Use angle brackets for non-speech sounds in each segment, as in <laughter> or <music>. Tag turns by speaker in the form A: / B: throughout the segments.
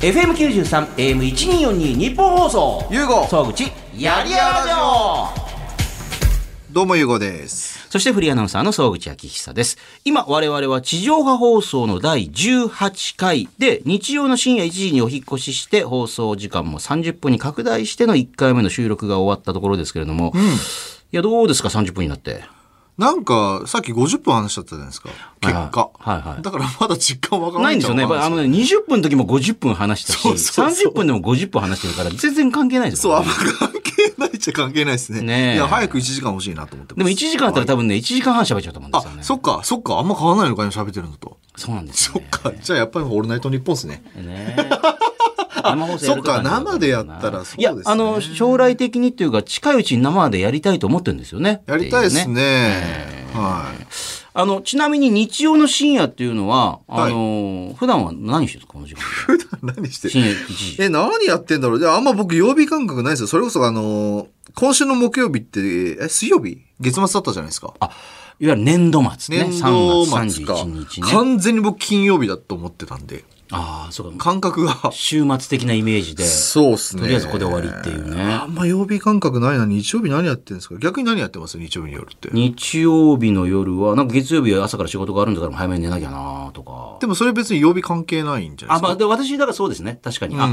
A: FM93、AM1242 日本放送。
B: ゆうご
A: 総口、やりやらじょ
B: どうもゆうごです。
A: そしてフリーアナウンサーの総口昭久です。今、我々は地上波放送の第18回で、日曜の深夜1時にお引っ越しして、放送時間も30分に拡大しての1回目の収録が終わったところですけれども、いや、どうですか、30分になって。
B: なんか、さっき50分話しちゃったじゃないですか。結果。
A: はいはいはい
B: だからまだ実感わから
A: ないんですよね。やっぱりあのね、20分の時も50分話したし、
B: そうそうそう
A: 30分でも50分話してるから、全然関係ないです
B: そう、
A: よ、
B: あん
A: ね。
B: ま関係ないっちゃ関係ないですね。
A: ねえ
B: いや、早く1時間欲しいなと思ってます。
A: でも1時間あったら多分ね、1時間半喋っちゃうと思うんですよ
B: あ、
A: ね。
B: そっか、そっか、あんま変わらないのか今喋ってるのと。
A: そうなんですよ、
B: そっ
A: ね。
B: か、じゃあやっぱりオールナイトニッポンですね。
A: ねえ <laughs> 生放送やる
B: そっか
A: になるの
B: 生でやったらそうですね
A: いや、あの、将来的にっていうか、近いうちに生でやりたいと思ってるんですよね。
B: やりたいです
A: ってう
B: ね。はい。
A: あの、ちなみに日曜の深夜っていうのは、あ
B: はい
A: の、普段は何してるんですか、この
B: <laughs>
A: 時間。
B: 普段何し
A: <laughs>
B: て
A: 深夜1時。
B: え、何やってんだろうで、あんま僕曜日感覚ないですよ。それこそあのー今週の木曜日って、え、水曜日月末だったじゃないですか。
A: あ、いわゆる年度末ね。
B: 年度
A: 3月
B: 末か。
A: 31日ね。
B: 完全に僕金曜日だと思ってたんで、
A: ああ、そうか。
B: 感覚が。
A: 週末的なイメージで。
B: そうですね。
A: とりあえずここで終わりっていうね
B: あんま曜日感覚ないな、日曜日何やってんですか逆に何やってます日曜日の夜って。
A: 日曜日の夜は、なんか月曜日は朝から仕事があるんだから早めに寝なきゃなとか。
B: でもそれ別に曜日関係ないんじゃない
A: あ、
B: ですか。
A: まあ、で私、だからそうですね。確かに。あ、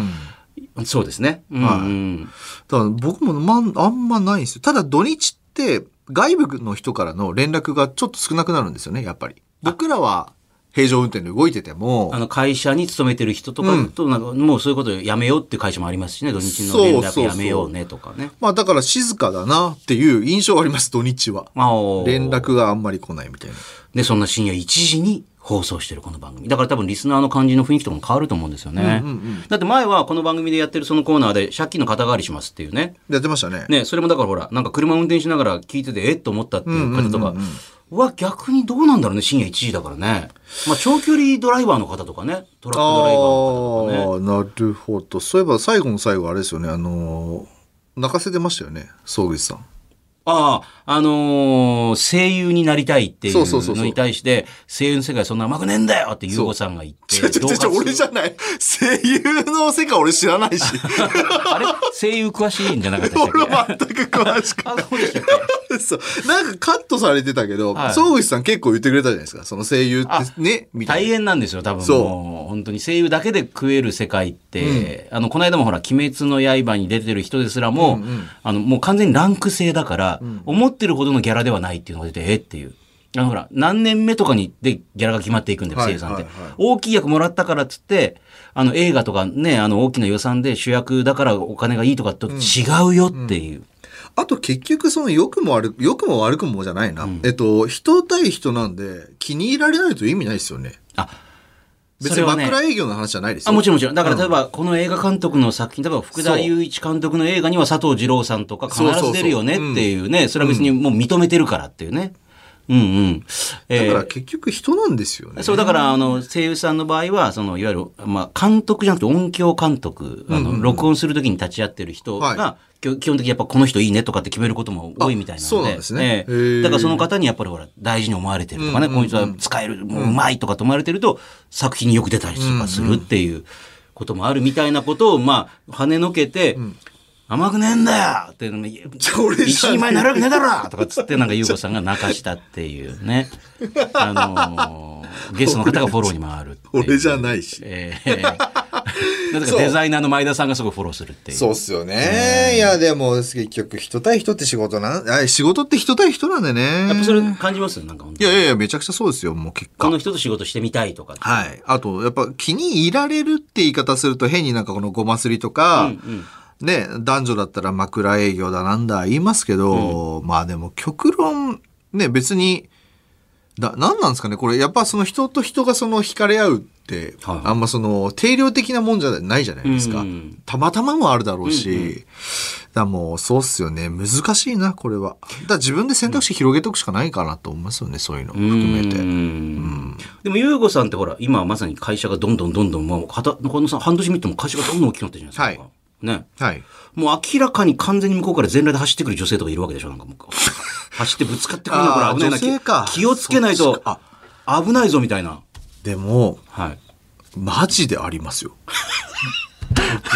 A: そうですね。うん、うん。
B: だから僕も、まん、あんまないんですよ。ただ土日って外部の人からの連絡がちょっと少なくなるんですよね、やっぱり。僕らは平常運転で動いてても
A: あ、の会社に勤めてる人とかと、なんかもうそういうことやめようっていう会社もありますしね、土日の連絡やめようねとかね。
B: まあだから静かだなっていう印象はあります、土日は。
A: まあおー
B: 連絡があんまり来ないみたいな。
A: で、そんな深夜1時に放送してるこの番組。だから多分リスナーの感じの雰囲気とかも変わると思うんですよね。だって前はこの番組でやってるそのコーナーで借金の肩代わりしますっていうね。
B: やってましたね。
A: ね、それもだからほら、なんか車運転しながら聞いてて、えっと思ったっていう方とか、うわ、逆にどうなんだろうね、深夜1時だからね。まあ、長距離ドライバーの方とかね、トラックドライバーの方とかね。
B: ああ、なるほど。そういえば最後の最後あれですよね、あのー泣かせてましたよね、総口さん。
A: ああ、あのー声優になりたいっていう
B: そうそうそうそ
A: の
B: う
A: に対して、声優の世界そんな甘くねえんだよって優子さんが言って、
B: ちょちょちょちょ、
A: 恫喝
B: 俺じゃない。声優の世界俺知らない
A: <laughs>
B: し。
A: あれ声優詳しいんじゃなかったでしたっ
B: <laughs> 俺
A: け
B: 全く詳しく
A: あ、そうでしたっけ
B: そう。なんかカットされてたけど、
A: はい
B: 総口さん結構言ってくれたじゃないですか。その声優ってね、みた
A: 大
B: いな。
A: 変なんですよ、多分
B: そう
A: もう。本当に声優だけで食える世界って、あの、この間もほら、鬼滅の刃に出てる人ですらも、あの、もう完全にランク制だから、思ってるほどのギャラではないっていうのが出て、えっていう。あのほら、何年目とかにでギャラが決まっていくんだよ、
B: はい
A: 声優さんって
B: はいはい。
A: 大きい役もらったからっつって、あの、映画とかね、あの、大きな予算で主役だからお金がいいとかと違うよっていう。
B: あと結局その良くも悪く、良くも悪くもじゃないな。えっと、人対人なんで気に入られないと意味ないですよね。
A: あ、
B: 別
A: そ
B: に
A: れはね
B: 枕営業の話じゃないですよ。
A: あもちろんもちろん。だから例えば、この映画監督の作品、例えば福田雄一監督の映画には佐藤二郎さんとか必
B: そうそうそう
A: ず出るよねっていうね。それは別にもう認めてるからっていうね。うんうん。え
B: だ
A: ー
B: から結局人なんですよね。
A: そう、だから、あの、声優さんの場合は、その、いわゆる、まあ、監督じゃなくて音響監督、あの、録音するときに立ち会ってる人が
B: は、
A: きょ基本的にやっぱこの人いいねとかって決めることも多いみたいなので。
B: あそうなんですね
A: ええ
B: へー
A: だからその方にやっぱりほら、大事に思われてるとかね、この人は使える、もううまいとかと思われてると、作品によく出たりとかするっていうこともあるみたいなことを、まあ、跳ねのけて、甘くねえんだよっていうのも、いや
B: じゃあ俺じゃねえ
A: 一人前になるわけねえだろ <laughs> とかっつって、なんか優子さんが泣かしたっていう <laughs> ね。あのーゲストの方がフォローに回るっていう。
B: 俺じゃないし。
A: ええ <laughs> なぜかデザイナーの前田さんがすごいフォローするっていう。
B: そうっすよね。いや、でも、結局、人対人って仕事なん、あ仕事って人対人なんでね。
A: やっぱそれ感じますよなんか本
B: い
A: 当に
B: やいやいや、めちゃくちゃそうですよ、もう結
A: こ
B: 果。
A: の人と仕事してみたいとか。
B: はい。あと、やっぱ気に入られるって言い方すると変になんかこのごますりとか、ね、男女だったら枕営業だなんだ言いますけど、まあでも極論、ね、別に、だ、なんなんですかねこれ、やっぱその人と人がその惹かれ合うって、
A: はい
B: あんまその定量的なもんじゃないじゃないですか。
A: うんうん
B: たまたまもあるだろうし、だからもうそうっすよね。難しいな、これは。だから自分で選択肢広げておくしかないかなと思いますよね、そういうの含めて。
A: うんでも、優子さんってほら、今まさに会社がどんどんどんどん、もう、かたこのさ、半年見ても会社がどんどん大きくなってるじゃないですか。
B: は
A: ね。
B: はい。
A: もう明らかに完全に向こうから全裸で走ってくる女性とかいるわけでしょなん <laughs> かもう。走ってぶつかってくるのこれ
B: あー
A: 危ないな。
B: 女性か
A: 気気をつけない
B: そっ
A: と
B: ちか、
A: 危ないぞみたいな。
B: でも、
A: はい。
B: マジでありますよ。 <laughs>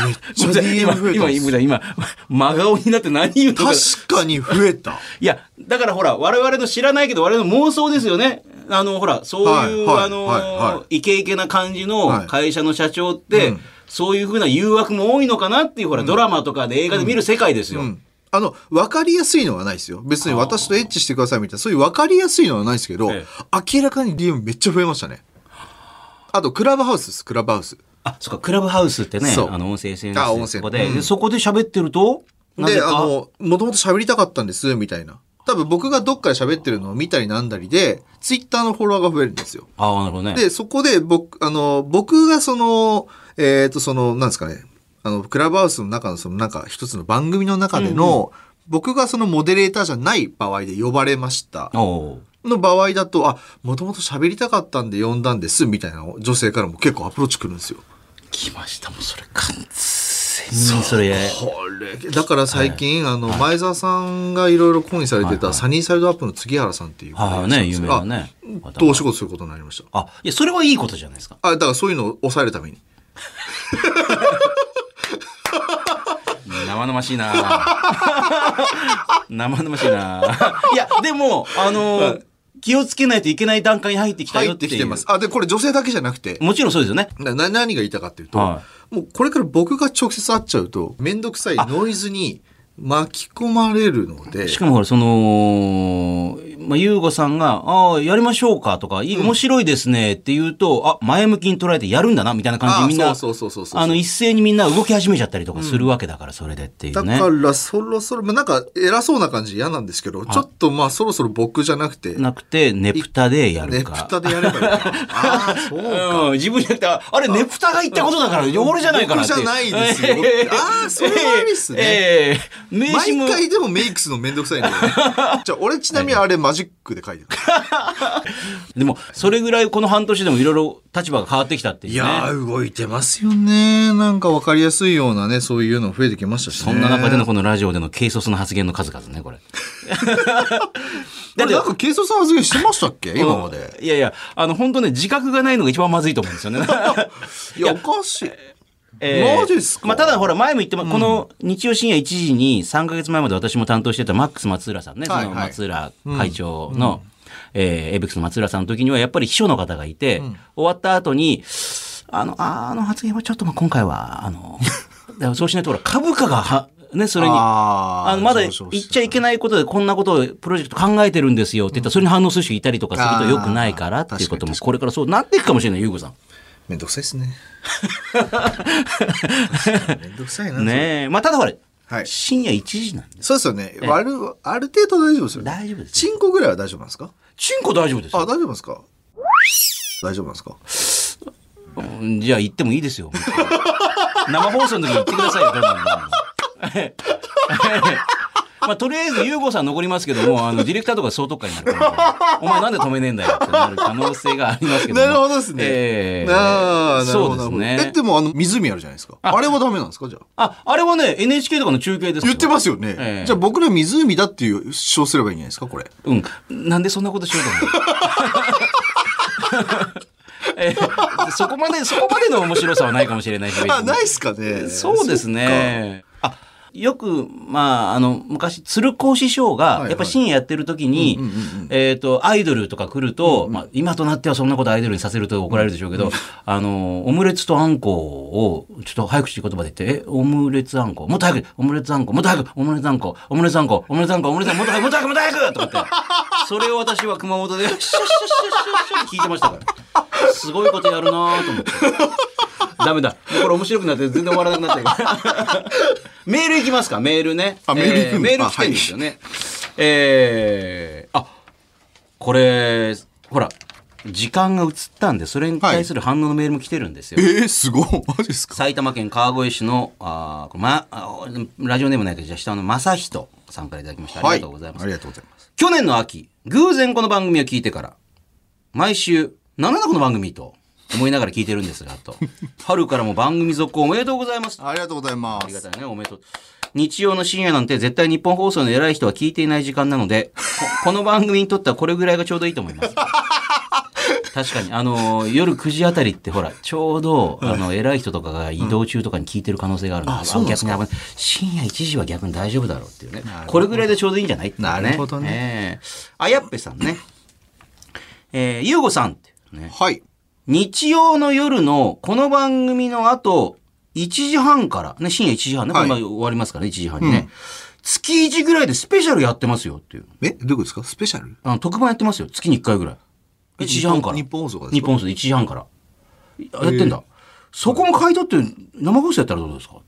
B: めっちゃ
A: ごめんな <laughs>
B: DM
A: さ
B: 増
A: い
B: え
A: 今、今、
B: たんで
A: 今、
B: す
A: 今、真顔になって何言うとか。
B: 確かに増えた。
A: いや、だからほら、我々の知らないけど、我々の妄想ですよね。あの、ほら、そういう、
B: はいはい
A: あの、
B: はいは
A: イケイケな感じ
B: は
A: の
B: い
A: 会社の社長って、
B: うん
A: そういうふうな誘惑も多いのかなっていう、ほら、ドラマとかで映画で見る世界ですよ。
B: うん。あの、わかりやすいのはないですよ。別に私とエッチしてくださいみたいな、そういうわかりやすいのはないですけど、
A: ええ
B: 明らかに DM めっちゃ増えましたね。あと、クラブハウスです、クラブハウス。
A: あ、そっか、クラブハウスってね
B: そう、
A: あの、音声 SNS
B: あ
A: で
B: 音
A: そ
B: 声
A: こで、
B: うん
A: でそこで喋ってると、なぜ
B: で、あ
A: か
B: の、もともと喋りたかったんです、みたいな。多分僕がどっかで喋ってるのを見たりなんだりで、ツイッターのフォロワーが増えるんですよ。
A: あー、なるほどね。
B: で、そこで僕、あの、僕がその、えっ、と、その、なんですかね、あの、クラブハウスの中の、その、なんか、一つの番組の中での、僕がそのモデレーターじゃない場合で呼ばれました。
A: おう
B: の場合だと、あ、もともと喋りたかったんで呼んだんです、みたいなの女性からも結構アプローチ来るんですよ。
A: 来ました、もうそれ完全にそれ。
B: これ、だから最近、あの、前澤さんがいろいろ抗議されてた、サニーサイドアップの杉原さんっていう方
A: はい
B: がい
A: は
B: ら
A: い
B: っし
A: ね、有
B: ゃるんです
A: 名
B: よ、
A: なね。
B: あとお仕事することになりました。
A: あ、いや、それはいいことじゃないですか。
B: あ、だからそういうのを抑えるために。
A: 生々しい
B: <laughs>
A: な生々しいないや、でも、あのー気をつけないといけない段階に入ってきた
B: 入
A: よっ
B: って
A: い
B: て
A: う。
B: きてます。あ、で、これ女性だけじゃなくて、
A: もちろんそうですよね。
B: なな何が言いたかっていうと、
A: は
B: もうこれから僕が直接会っちゃうと、めんどくさいノイズに巻き込まれるので、
A: しかもほら、その、まあ、ゆうごさんが、ああ、やりましょうかとか、いい面白いですねって言うと、あ、前向きに捉えてやるんだな、みたいな感じで
B: あ
A: みんな、
B: そうそうそうそうそう
A: あの、一斉にみんな動き始めちゃったりとかするわけだから、それでってい
B: だ
A: うね。
B: からそろそろ、まあ、なんか偉そうな感じ嫌なんですけど、ちょっとまあそろそろ僕じゃなくて、
A: なくて、ネプタでや
B: ね
A: る
B: プ
A: か。
B: タでや
A: <laughs>
B: ればいいな。ああ、そうか。
A: うん、自分じゃなくて、ああれ、ネプタが言ったことだから、汚れじゃないからってう。
B: 僕じゃないですよあーそれはありっすね
A: ええ名刺も
B: 毎、回でもメイクするのめんどくさいんだよね。
A: <laughs>
B: じゃあ、俺ちなみにあれマジックで書いてる。
A: でも、それぐらいこの半年でもいろいろ立場が変わってきたっていう
B: い
A: ね。
B: やー、動いてますよね。なんかわかりやすいようなね、そういうの増えてきましたしね。
A: そんな中でのこのラジオでの軽率な発言の数々ね、これ。
B: あれなんか警察さん発言してましたっけ今まで。
A: いやいや、あの、本当ね、自覚がないのが一番まずいと思うんですよ
B: <laughs>
A: ね。
B: いや、おかしい。マジっすか
A: まあ、ただほら、前も言っても、この日曜深夜1時に3ヶ月前まで私も担当してたマックス松浦さんね、そ
B: はい
A: の
B: はい
A: 松浦会長の、えーエイベックスの松浦さんの時には、やっぱり秘書の方がいて、終わった後に、あの、あーあの発言はちょっとまあ今回は、あ
B: <laughs>
A: の、だからそうしないとほら、株価がは、ね、それに、
B: あー
A: あのまだ
B: 上
A: 言
B: 昇
A: っ
B: して
A: ちゃいけないことでこんなことをプロジェクト考えてるんですよって言ったらそれに反応する人いたりとかすると良くないからっていうことも
B: あー確かに確か
A: これからそうなっていくかもしれないゆうごさん。
B: めんどくさいで
A: <laughs>
B: すね。めんどくさいな。
A: ねえ。まあ、ただほら、
B: はい
A: 深夜1時なんで。
B: そうですよね。ある、ある程度大丈夫ですよね。
A: 大丈夫です
B: チンコぐらいは大丈夫なんですか
A: チンコ大丈夫です
B: あ、大
A: よ。
B: 丈夫なんですか大丈夫なんですか
A: うんじゃあ行ってもいいですよ。
B: <laughs>
A: 生放送の時に行ってくださいよ、どんどんどんどんまあ、とりあえず、ゆうごさん残りますけども、あの、ディレクターとか総督会になるから、お前なんで止めねえんだよってなる可能性がありますけども。
B: なるほどですね。
A: ええ
B: ああ、なる
A: そ
B: ほど。
A: うで
B: なるほ
A: す
B: ど
A: ね
B: え、。でもあの、湖あるじゃないですか。あれはダメなんですかじゃあ。
A: あ、あれはね、NHK とかの中継です。
B: 言ってますすよね。
A: ええ
B: じゃあ僕ら湖だっていう主張すればいいんじゃないですかこれ。
A: うん。なんでそんなことしようと思う <laughs> えーそこまで、そこまでの面白さはないかもしれないし。別に
B: あ、ないっすかね。
A: そうですね。あ、よく、まあ、あの、昔、鶴光師匠
B: い
A: が
B: は、い
A: やっぱ深夜やってる時に、えっと、アイドルとか来ると、まあ、今となってはそんなことアイドルにさせると怒られるでしょうけど、あの、オムレツとあんこを、ちょっと早口言葉で言って、え、オムレツあんこ、もっと早く、オムレツあんこ、もっと早く、オムレツあんこ、オムレツあんこ、オムレツあんこ、オムレツあんこ、もっと早く、もっと早く、もっと早くとか <laughs> って、それを私は熊本で、シャッシャッシャッシャッシャッって聞いてましたから、すごいことやるなぁと思って。 <laughs> ダメだ。もうこれ面白くなって全然終わらなくなってるから。 <laughs> メールいきますかメールね。
B: あメール行くんだ
A: えメール来てるんですよね。えー、あ、これ、ほら、時間が移ったんで、それに対する反応のメールも来てるんですよ。
B: えー、すごい。
A: <laughs>
B: マジっすか
A: 埼玉県川越市の、あーこれま、あラジオネームないけど、じゃあ下の正人さんからいただきました。ありがとうございます。
B: ありがとうございます。
A: 去年の秋、偶然この番組を聞いてから、毎週、なんだこの番組と思いながら聞いてるんですが、と。春からも番組続行おめでとうございます。
B: ありがとうございま
A: ありが
B: す。
A: たいね、おめでとう。日曜の深夜なんて絶対日本放送の偉い人は <laughs> 聞いていない時間なので、ここの番組にとってはこれぐらいがちょうどいいと思います。確かに、あのー夜9時あたりってほら、ちょうど、あの、偉い人とかが移動中とかに聞いてる可能性があるので、
B: あそうなんで
A: 逆
B: す
A: に
B: か
A: 危ない。深夜1時は逆に大丈夫だろうっていうね
B: るほ。ど
A: これぐらいでちょうどいいんじゃないっていうね
B: なるほどね。
A: ええあやっぺさんね。えー、ゆうごさんっていうね。
B: はい。
A: 日曜の夜のこの番組の後、1時半から、ね、深夜1時半ね、これ
B: はい
A: 今終わりますからね、1時半にね。月1ぐらいでスペシャルやってますよっていう。
B: え、どういうことですかスペシャル
A: あの特番やってますよ。月に1回ぐらい。1時半から。
B: 日本日本放送がです
A: 日
B: か
A: 本放送で1時半から。やってんだ。そこも買い取って生放送やったらどうですかっ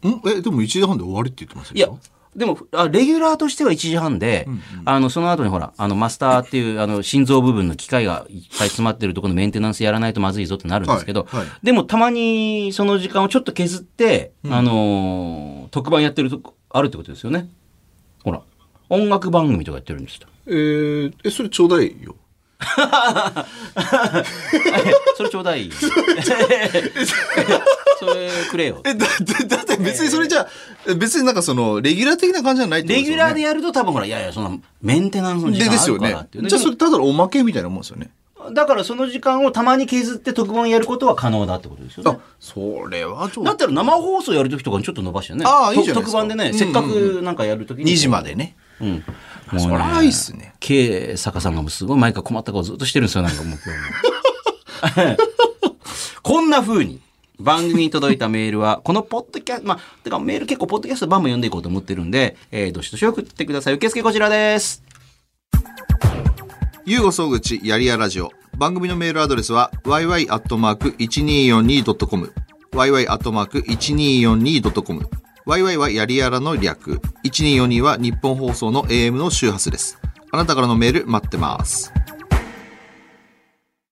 A: て。
B: んえ、でも1時半で終わりって言ってますよ。
A: いや、でも、あレギュラーとしては1時半で、あの、その後にほら、あの、マスターっていう、あの、心臓部分の機械がいっぱい詰まってるところのメンテナンスやらないとまずいぞってなるんですけど、
B: はいはい
A: でも、たまにその時間をちょっと削って、あのー特番やってるとこあるってことですよね。ほら、音楽番組とかやってるんですよ。
B: えーえ、それちょうだいよ。
A: それちょうだいよ。それくれよ。
B: え、だって、だって別にそれじゃ、別になんかその、レギュラー的な感じじゃないってこと
A: レ
B: です
A: ギ
B: よ
A: ュ
B: ね。
A: ラーでやると多分ほら、いやいや、そのメンテナンスの時
B: で
A: 間
B: です
A: あ
B: よ
A: るか
B: ね
A: らっていう。ね
B: じゃあそれただのおまけみたいなもんですよね。
A: だからその時間をたまに削って特番やることは可能だってことですよ
B: あ
A: ね。、
B: それはちょっ
A: だ
B: と
A: っ。たら生放送やるときとかにちょっと伸ばしてね。
B: ああいいじゃない
A: と
B: で
A: 特
B: すか
A: 番でね、せっかくなんかやるときに。
B: 2時までね。
A: うん。もうね
B: そりゃいいっすね。
A: K 坂さんがもうすごい毎回困った顔ずっとしてるんですよ、なんか
B: <laughs>
A: もう今日もこんな風に。番組に届いたメールは、このポッドキャスト、まあ、てかメール結構ポッドキャスト版も読んでいこうと思ってるんで、えー、どしどし送ってください。受付こちらです。
B: ゆうご総口やりやラジオ。番組のメールアドレスは、yy.1242.com。yy.1242.com。yy はやりやらの略。1242は日本放送の AM の周波数です。あなたからのメール待ってます。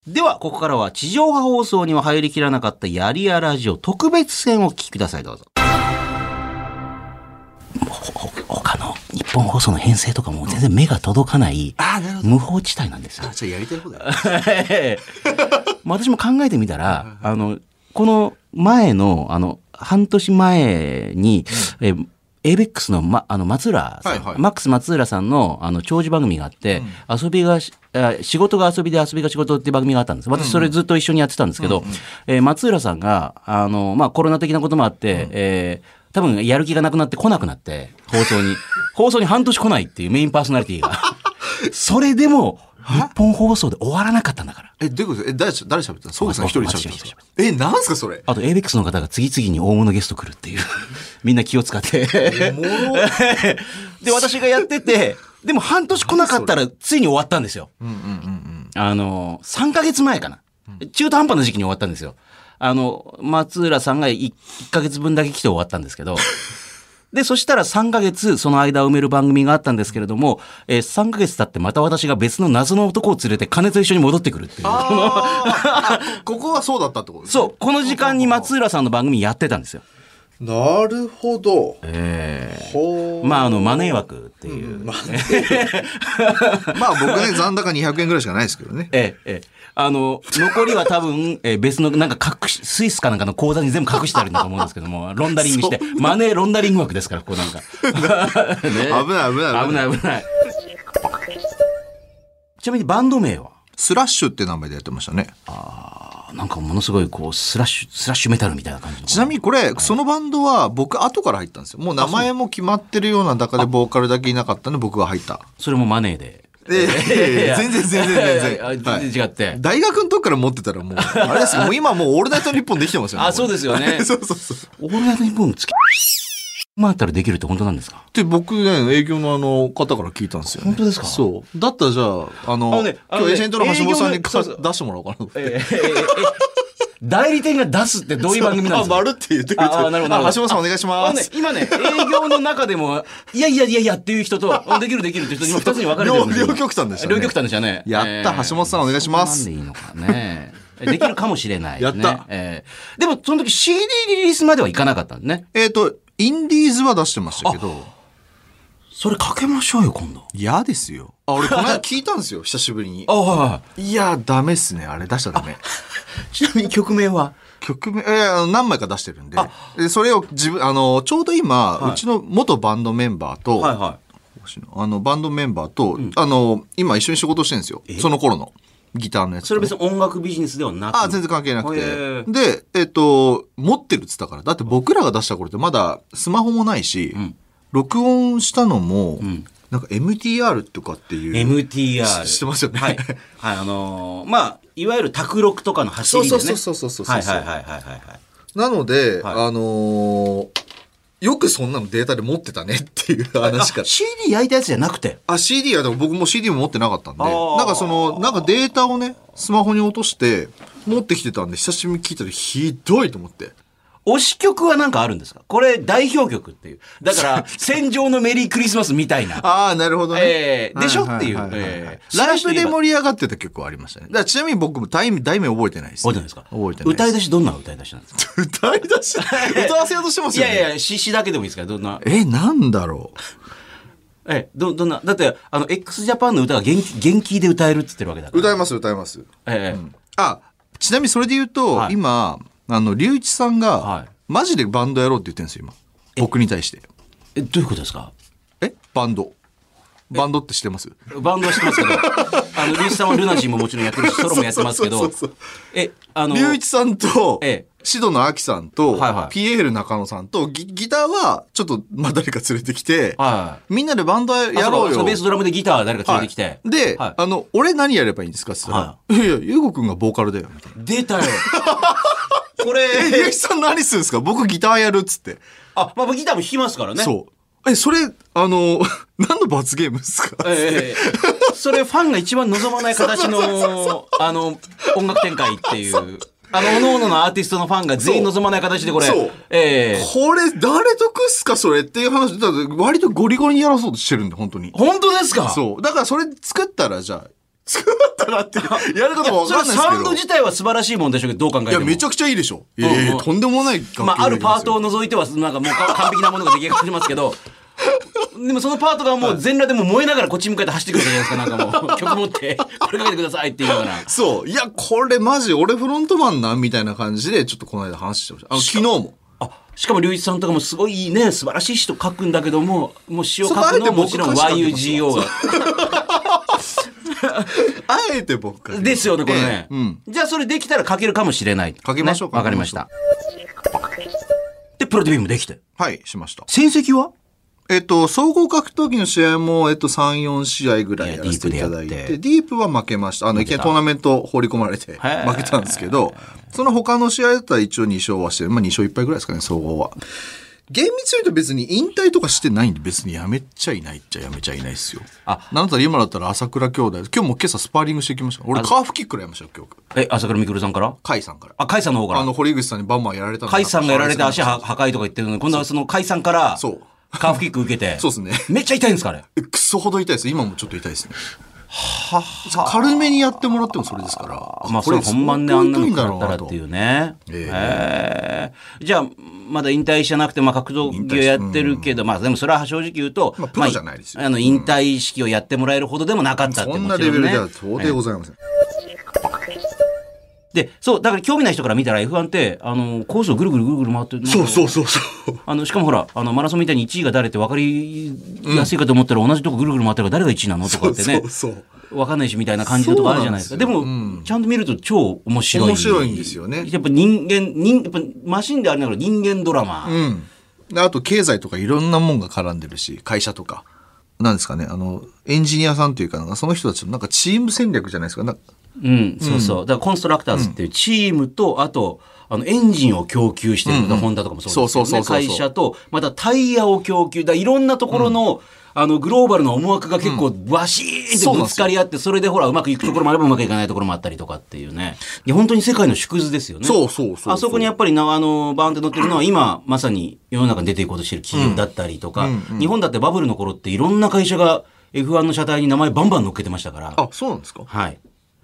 A: では、ここからは地上波放送には入りきらなかったやりやラジオ特別編をお聞きください、どうぞ。ほほ他の日本放送の編成とかも全然目が届かない
B: あ、なる。
A: 無法地帯なんです <laughs> よ。
B: じゃあやりたいことだよ。
A: まあ私も考えてみたら、あの、この前の、あの、半年前に、えエイベックスの、ま、あの、松浦さん、
B: はいはい
A: マックス松浦さんの、あの、長寿番組があって、遊びがし、あ仕事が遊びで遊びが仕事っていう番組があったんです。私それずっと一緒にやってたんですけど、えー松浦さんが、あの、まあ、コロナ的なこともあって、えー多分やる気がなくなって来なくなって、放送 <laughs> に。放送に半年来ないっていうメインパーソナリテ <laughs> ィが。それでも、日本放送で終わらなかったんだから。
B: え、どういうことえ、誰し、誰喋ったの総合さん一人で喋ったんですか
A: 私
B: え、なんすかそれ。
A: あと、エイベックスの方が次々に大物ゲスト来るって
B: <laughs>
A: いう。みんな気を使って。
B: おもろ。
A: で、私がやってて、でも半年来なかったらついに終わったんですよ。
B: うんうんうん
A: あの、3ヶ月前かな。中途半端な時期に終わったんですよ。あの、松浦さんが 1, ヶ月分だけ来て終わったんですけ
B: <laughs>
A: ど。で、そしたら3ヶ月、その間を埋める番組があったんですけれども、えー3ヶ月経ってまた私が別の謎の男を連れて金と一緒に戻ってくるっていう。
B: あーあここは <laughs> そうだったってことですね
A: そう、この時間に松浦さんの番組やってたんですよ。
B: なるほど。ほー
A: まあ、あの、マネー枠っていう。
B: まあ僕ね、残高200円ぐらいしかないですけどね。
A: ええ、ええ。あの、残りは多分、ええ別の、なんか隠し、スイスかなんかの口座に全部隠してあるんだと思うんですけども、ロンダリングして、マネーロンダリング枠ですから、こうなんか。
B: 危ない危ない
A: 危ない危ない。ちなみにバンド名は
B: スラッシュって名前でやってましたね。
A: あなんかものすごいこう、スラッシュ、スラッシュメタルみたいな感じの。
B: ちなみにこれ、そのバンドは僕後から入ったんですよ。もう名前も決まってるような中でボーカルだけいなかったんで僕が入った。
A: それもマネーで。
B: ええ全然
A: あ
B: 全然全然。はい
A: 全然違って。
B: 大学の時から持ってたらもう、あれですよもう今もうオールナイト日本できてますよね。
A: あそうですよね
B: <laughs> そうそうそう。
A: オールナイトニッポンつき、まあったらできるって本当なんですか
B: で、僕ね、営業のあの方から聞いたんですよ、ね。
A: 本当ですか
B: そう。だったらじゃあ、あの、
A: あのねあ
B: 今
A: のね
B: 日エージェントの橋本さ
A: 営
B: ん
A: 業
B: に
A: の
B: か
A: そう
B: 出
A: そう
B: してもらおうかなと思って。
A: えええええ <laughs> 代理店が出すってどういう番組なんですか
B: あ、丸って言ってくれて
A: ああなるほどなるほど
B: あ橋本さんお願いし
A: あの
B: ま
A: ね
B: す。、
A: 今ね、営業の中でも、 <laughs> いやいやいやいやっていう人 <laughs> と、できるできるっていう人、今二つに分かれてるんですよ
B: 両両極端でしたね
A: 両極端でしたね。
B: やった橋本さんお願いします
A: そんなんでいいのかね。えできるかもしれ <laughs> ない、ね。
B: やった
A: えーでも、その時 CD リリースまではいかなかったんでね。
B: えっ、と、インディーズは出してましたけど、
A: それかけましょうよ、今度。
B: 嫌ですよ。あ、俺この間聞いたんですよ、久しぶりに
A: あ。はい
B: や、ダメっすね、あれ出しちゃダメ。
A: い。ちなみに曲名は
B: 曲名、えーあの何枚か出してるんで、でそれを自分、あの、ちょうど今、うちの元バンドメンバーと、
A: は
B: あのバンドメンバーと、あの今一緒に仕事してるんですよその頃のギターのやつとかね、
A: それ別に音楽ビジネスではなく
B: あ、全然関係なく
A: へ
B: て。
A: ー
B: で、えっと、持ってるっつったから。だって僕らが出した頃ってまだスマホもないし、
A: ん
B: 録音したのも、
A: ん
B: なんか MTR とかっていう。
A: MTR
B: ししてますよね
A: はい、はい、あのーまあいわゆる卓録とかの走りでね
B: そうそうそうそうそうそう
A: はいはいはいはいはいはい
B: なので、
A: はい
B: あのーよくそんなのデータで持ってたねっていう話か
A: あ CD 焼いたやつじゃなくて
B: あ、CD はでも僕も CD も持ってなかったんで、
A: あー
B: なんかその、なんかデータをね、スマホに落として、持ってきてたんで、久しぶりに聞いたらひどいと思って。
A: 推し曲はなんかあるんですかこれ代表曲っていうだ
B: <laughs>
A: から「戦場のメリークリスマス」みたいな
B: ああ、なるほど
A: え
B: ね。
A: えでしょ
B: ははは
A: っ
B: は
A: ていうええ
B: ライブで盛り上がってた曲はありましたね。だからちなみに僕も題名、題名覚えてないです、
A: 覚えてないですか
B: 覚えてない
A: 歌い
B: で
A: 出しどんな歌い出しなんですか
B: す。 <laughs> 歌い出し、歌わせようとしてます
A: い
B: よね。
A: やいやいや詩詩だけでもいいですからどんな
B: え、なんだろ
A: えどどんなだってあの x ジャパンの歌が元気元気で歌えるって言ってるわけだか
B: う。
A: ら
B: 歌います、歌います。
A: ええ
B: あ、ちなみにそれで言うと、
A: はい
B: 今、あの、隆一さんが、
A: はい
B: マジでバンドやろうって言ってるんですよ、今。僕に対して。
A: えどういうことですか
B: えバンド。バンドって知ってます
A: バンドはして
B: <laughs>
A: ますけどあのリュウジさんはルナシーももちろんやってるしソロもやってますけ
B: そ
A: ど
B: うそうそう
A: えあの
B: 隆一さんと、
A: ええ
B: シドのアキさんと、
A: はいはい
B: ピエール中野さんと、ギギターは、ちょっと、まあ、誰か連れてきて、
A: はい
B: みんなでバンドや
A: あそ
B: ろうよ。
A: そベースドラムでギター誰か連れてきて、
B: はいで、
A: はい
B: あの、俺何やればいいんですかって言ったら、、
A: はい
B: やいや、ゆうごくんがボーカルだよ、みたいな。
A: 出
B: <laughs>
A: たよこれ
B: え、ゆうきさん何するんですか僕ギターやるっつって。
A: あまあギターも弾きますからね
B: そう。え、それ、あの、 <laughs> 何の罰ゲームですか、
A: ええそれファンが一番望まない形のあの音楽展開っていうあの各々のアーティストのファンが全員望まない形でこれ
B: そう
A: ええ
B: これ、誰得っすかそれっていう話。だって割とゴリゴリにやらそうとしてるんで、本当に。
A: 本当ですか
B: そう。だからそれ作ったら、じゃあ、作ったらって、やることもわ
A: それは
B: かんないです
A: サ
B: け
A: ウンド
B: ど。
A: 自体は素晴らしいもんでしょうけどどう考え
B: い
A: て
B: や、
A: も
B: めちゃくちゃいいでしょ。ええ
A: うんうん
B: とんでもない楽器
A: まあ、あるパートを
B: を。
A: 除いてはなんかもうか完璧なものが出来上がってますけどでもそのパートがもう全裸でもう燃えながらこっち向かって走ってくるじゃないですかなんかもう曲持ってこれかけてくださいって言いながら
B: そう。いや、これマジ、俺フロントマンなんみたいな感じで、ちょっとこの間話してました。あの、昨日も。
A: あしかも龍一さんとかもすごいね素晴らしい人書くんだけどももう詩を書
B: そ
A: く
B: れあえ
A: の
B: て
A: は
B: 僕
A: もちろん
B: 歌詞書いてます
A: YUGO が
B: あえて僕から
A: ですよねこれね、
B: ええうん。
A: じゃあそれできたら書けるかもしれない
B: 書けましょう
A: ね
B: か
A: わ、かりましたでプロデビューもできて
B: はい、しました。
A: 戦績は
B: えっと、総合格闘技の試合も、えっと、3、4試合ぐらいやらせていただい
A: いやディープでやって
B: て、ディープは負けました。あの、いきなりトーナメント放り込まれて
A: ー
B: 負けたんですけど、その他の試合だったら一応2勝はしてる。まあ2勝1敗ぐらいですかね、総合は。厳密に言うと別に引退とかしてないんで別にやめちゃいないっちゃやめちゃいないですよ。
A: あ
B: あ、なんだったら今だったら朝倉兄弟、今日も今朝スパーリングしてきました。俺カーフキックらやりましたよ、今日。
A: え朝倉未来さんから
B: 甲斐さんから。
A: あ甲斐さんの方から
B: あの、堀口さんにバンバンやられたの
A: 甲斐さんがやられて足は
B: は。
A: 破壊とか言ってるのに、今度はその甲斐さんから、
B: そう
A: カーフキック受けて。
B: そうですね。
A: めっちゃ痛いんですか、あれ。
B: クソほど痛いです。今もちょっと痛いですね。軽めにやってもらってもそれですから。。
A: まあ、それ本番であんなの食らったらっていううね。へえじゃあ、まだ引退してなくて、まあ、格闘技をやってるけど、まあ、でもそれは正直言うと、
B: まあプロじゃないですよ
A: まああの、引退式をやってもらえるほどでもなかったってもち
B: そ
A: ろん、ね、
B: んなレベルでは到底ございません。
A: で、そう、だから興味ない人から見たら F1 って、あの、コースをぐるぐるぐるぐる回ってる
B: そうそうそうそう。
A: あのしかもほらあのマラソンみたいに1位が誰って分かりやすいかと思ったら、同じとこぐるぐる回ってるから誰が1位なのとかってね
B: そうそう
A: 分かんないしみたいな感じのとこあるじゃないですかで
B: そうな
A: も、
B: んですよ
A: ちゃんと見ると超面白い
B: 面白いんですよね
A: やっぱ人間人やっぱマシンでありながら人間ドラマ、
B: うん。であと経済とかいろんなもんが絡んでるし、会社とか。なんですかね、あの、エンジニアさんというか、なんかその人たちのなんかチーム戦略じゃないですか。なんか
A: うん、そうそう。だからコンストラクターズっていうチームと、あと、あの、エンジンを供給してる、ホンダとかもそうですけど、ね、
B: そうそうそうそう
A: 会
B: そう
A: 社と、またタイヤを供給、だからいろんなところの、あの、グローバルの思惑が結構、バシーンってぶつかり合って、それでほら、うまくいくところもあればうまくいかないところもあったりとかっていうね。いや、本当に世界の縮図ですよね。
B: そうそうそうそう
A: あそこにやっぱりな、あの、バーンって乗ってるのは、今、まさに世の中に出ていこうとしてる企業だったりとか、日本だってバブルの頃っていろんな会社が F1 の車体に名前バンバン乗っけてましたから。
B: あ、そうなんですか
A: はい。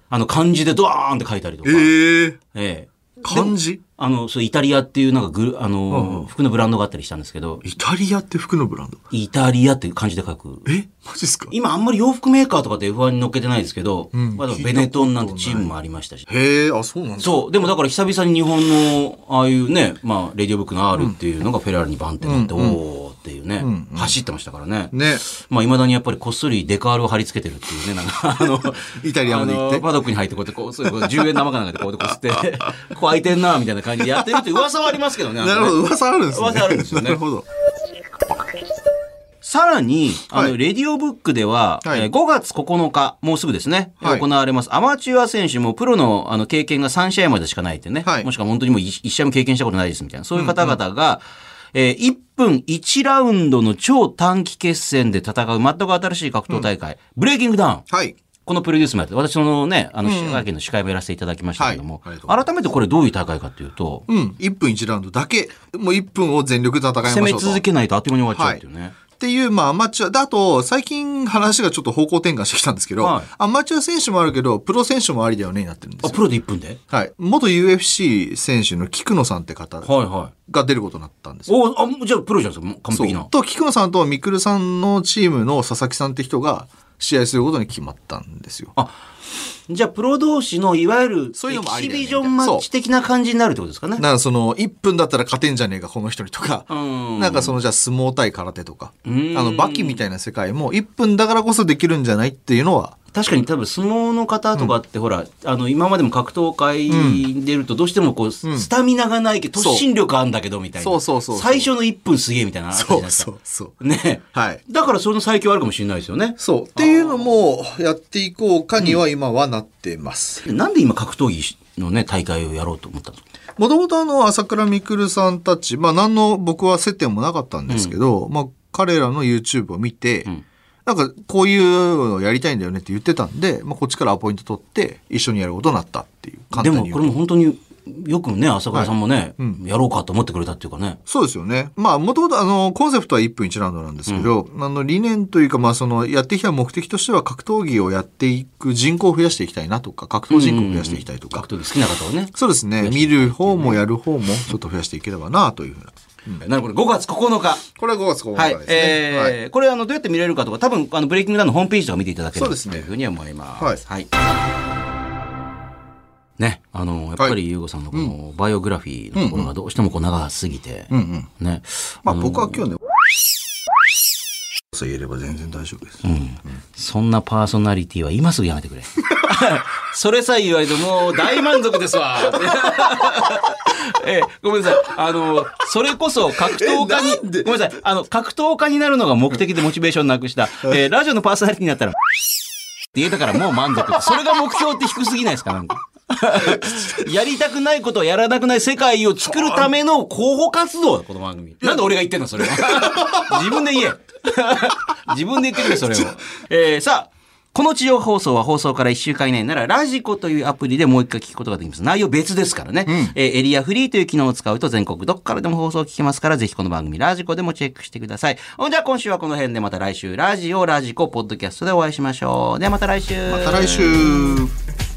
A: あの、漢字でドワーンって書いたりとか。
B: ええ
A: え
B: ー。
A: え
B: 漢字
A: あの、そう、イタリアっていうなんかグル、あの、服のブランドがあったりしたんですけど、
B: イタリアって服のブランド。
A: イタリアっていう漢字で書く。
B: えマジですか
A: 今あんまり洋服メーカーとかで F1 に乗っけてないですけど、
B: ん
A: まあでもベネトンなんてチームもありましたし。
B: へえ、あ、そうなんですか
A: そう、でもだから久々に日本の、ああいうね、まあ、レディオブックの R っていうのがフェラーリにバンってなって、おーっっていうね、走ってましたからね。
B: ね。
A: まあ、未だにやっぱりこっそりデカールを貼り付けてるっていうね、なんか、あの、
B: <laughs> イタリアまで行って
A: あのパドックに入ってこうやって、こう、そういうこう10円玉かなんかでこうやってこすって、 <laughs> ここ開いてんな、みたいな感じでやってるって噂はありますけどね。あのね
B: なるほど、噂あるんですね。
A: 噂あるんですよね
B: なるほど。
A: さらに、あの、
B: はい
A: レディオブックでは、
B: はい
A: えー5月9日、もうすぐですね、
B: はい
A: 行われます。アマチュア選手もプロのあの経験が3試合までしかないってね、
B: はい
A: もしくは本当にもう 1, 試合も経験したことないですみたいな、そういう方々が、えー1分1ラウンドの超短期決戦で戦う全く新しい格闘大会、ブレイキングダウン。
B: はい。
A: このプロデュースもやって、私のね、あの、記者会見の司会もやらせていただきましたけども、
B: はいありがとうございます
A: 改めてこれどういう大会かというと、
B: うん。1分1ラウンドだけ、もう1分を全力で戦いましょ
A: 攻
B: うと。
A: め続けないとあっという間に終わっちゃうっていうね。
B: っていう、まあ、アマチュア。だと、最近話がちょっと方向転換してきたんですけど、
A: はい
B: アマチュア選手もあるけど、プロ選手もありだよね、になってるんです
A: あ、
B: よ。
A: プロで1分で
B: はい。元 UFC 選手の菊野さんって方
A: はいはい。
B: が出ることになったんですよ。
A: おあもうじゃあプロじゃないですかもう完
B: そ
A: 璧な
B: う。と、菊野さんとミクルさんのチームの佐々木さんって人が試合することに決まったんですよ。
A: じゃあプロ同士のいわゆる
B: そういうのもあ
A: エ
B: り
A: キ
B: だよ
A: シ
B: ね
A: ビジョンマッチ的な感じになるってことですかね
B: なんかその、1分だったら勝てんじゃねえか、この人にとか。
A: うん
B: なんかその、じゃあ相撲対空手とか。あ
A: ん
B: の、バキみたいな世界も1分だからこそできるんじゃないっていうのは、
A: 確かに多分相撲の方とかってほら、あの今までも格闘会に出るとどうしてもこう、スタミナがないけど
B: そう
A: 突進力あんだけどみたいな
B: そうそうそうそう
A: 最初の1分すげえみたいなのあったじゃ
B: そ
A: ないうですか
B: そうそう。
A: ね
B: はい。
A: だからその最強あるかもしれないですよね
B: そう。っていうのもやっていこうかには今はなってます。
A: なんで今格闘技のね大会をやろうと思ったんですか
B: もともとあの、朝倉未来さんたち、まあ何の僕は接点もなかったんですけど、まあ彼らの YouTube を見て、
A: ん
B: なんかこういうのやりたいんだよねって言ってたんで、まあこっちからアポイント取って一緒にやることになったっていう。簡
A: で
B: 単
A: も
B: に言
A: こ
B: う
A: れ
B: と。
A: も本当によくね朝倉さんもね、
B: うん
A: やろうかと思ってくれたっていうかね
B: そうですよね。まあ、もともとあの、コンセプトは1分1ラウンドなんですけど、あの、理念というか、まあ、その、やってきた目的としては、格闘技をやっていく人口を増やしていきたいなとか、格闘人口を増やしていきたいとか、
A: 格闘技好きな方はね
B: そうですね。見る方もやる方もちょっと増やしていければなというふうな。
A: なるほど、5月9日。
B: これは5月9
A: はい。えーこれ、あの、どうやって見れるかとか、多分、あの、ブレイキングダウンのホームページとか見ていただけれ
B: そう
A: ば
B: です
A: と
B: ね
A: いうふうに思います。はい。ね、あの、やっ
B: は
A: ぱ
B: い
A: り、ゆうごさんのこの、バイオグラフィーのところがどうしてもこう、長すぎて、
B: うんうん。
A: ね。
B: まあ
A: の
B: 僕は今日ね、そう言えれば全然大丈夫です。
A: そんなパーソナリティは今すぐやめてくれ。 <laughs> それさえ言われてもう大満足ですわ。 <laughs> ええごめんなさい。あの、それこそ格闘家
B: えなんで
A: に、ごめんなさい。あの、格闘家になるのが目的でモチベーションなくした。えーラジオのパーソナリティになったら、って言えたからもう満足。それが目標って低すぎないですか <laughs> なんか。やりたくないことをやらなくない世界を作るための候補活動だ、この番組。なんで俺が言ってんの、それは。自分で言え。自分で言ってくれ、それを。えー、さあ、この地上波放送は放送から1週間以内なら、ラジコというアプリでもう一回聞くことができます。内容別ですからね。えーエリアフリーという機能を使うと全国どこからでも放送を聞けますから、ぜひこの番組ラジコでもチェックしてください。ほんじゃあ今週はこの辺でまた来週、ラジオ、ラジコ、ポッドキャストでお会いしましょう。ではまた来週。
B: また来週、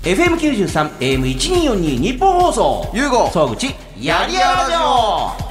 A: FM93AM1242 日本放送
B: ゆうご
A: 総口やりやろう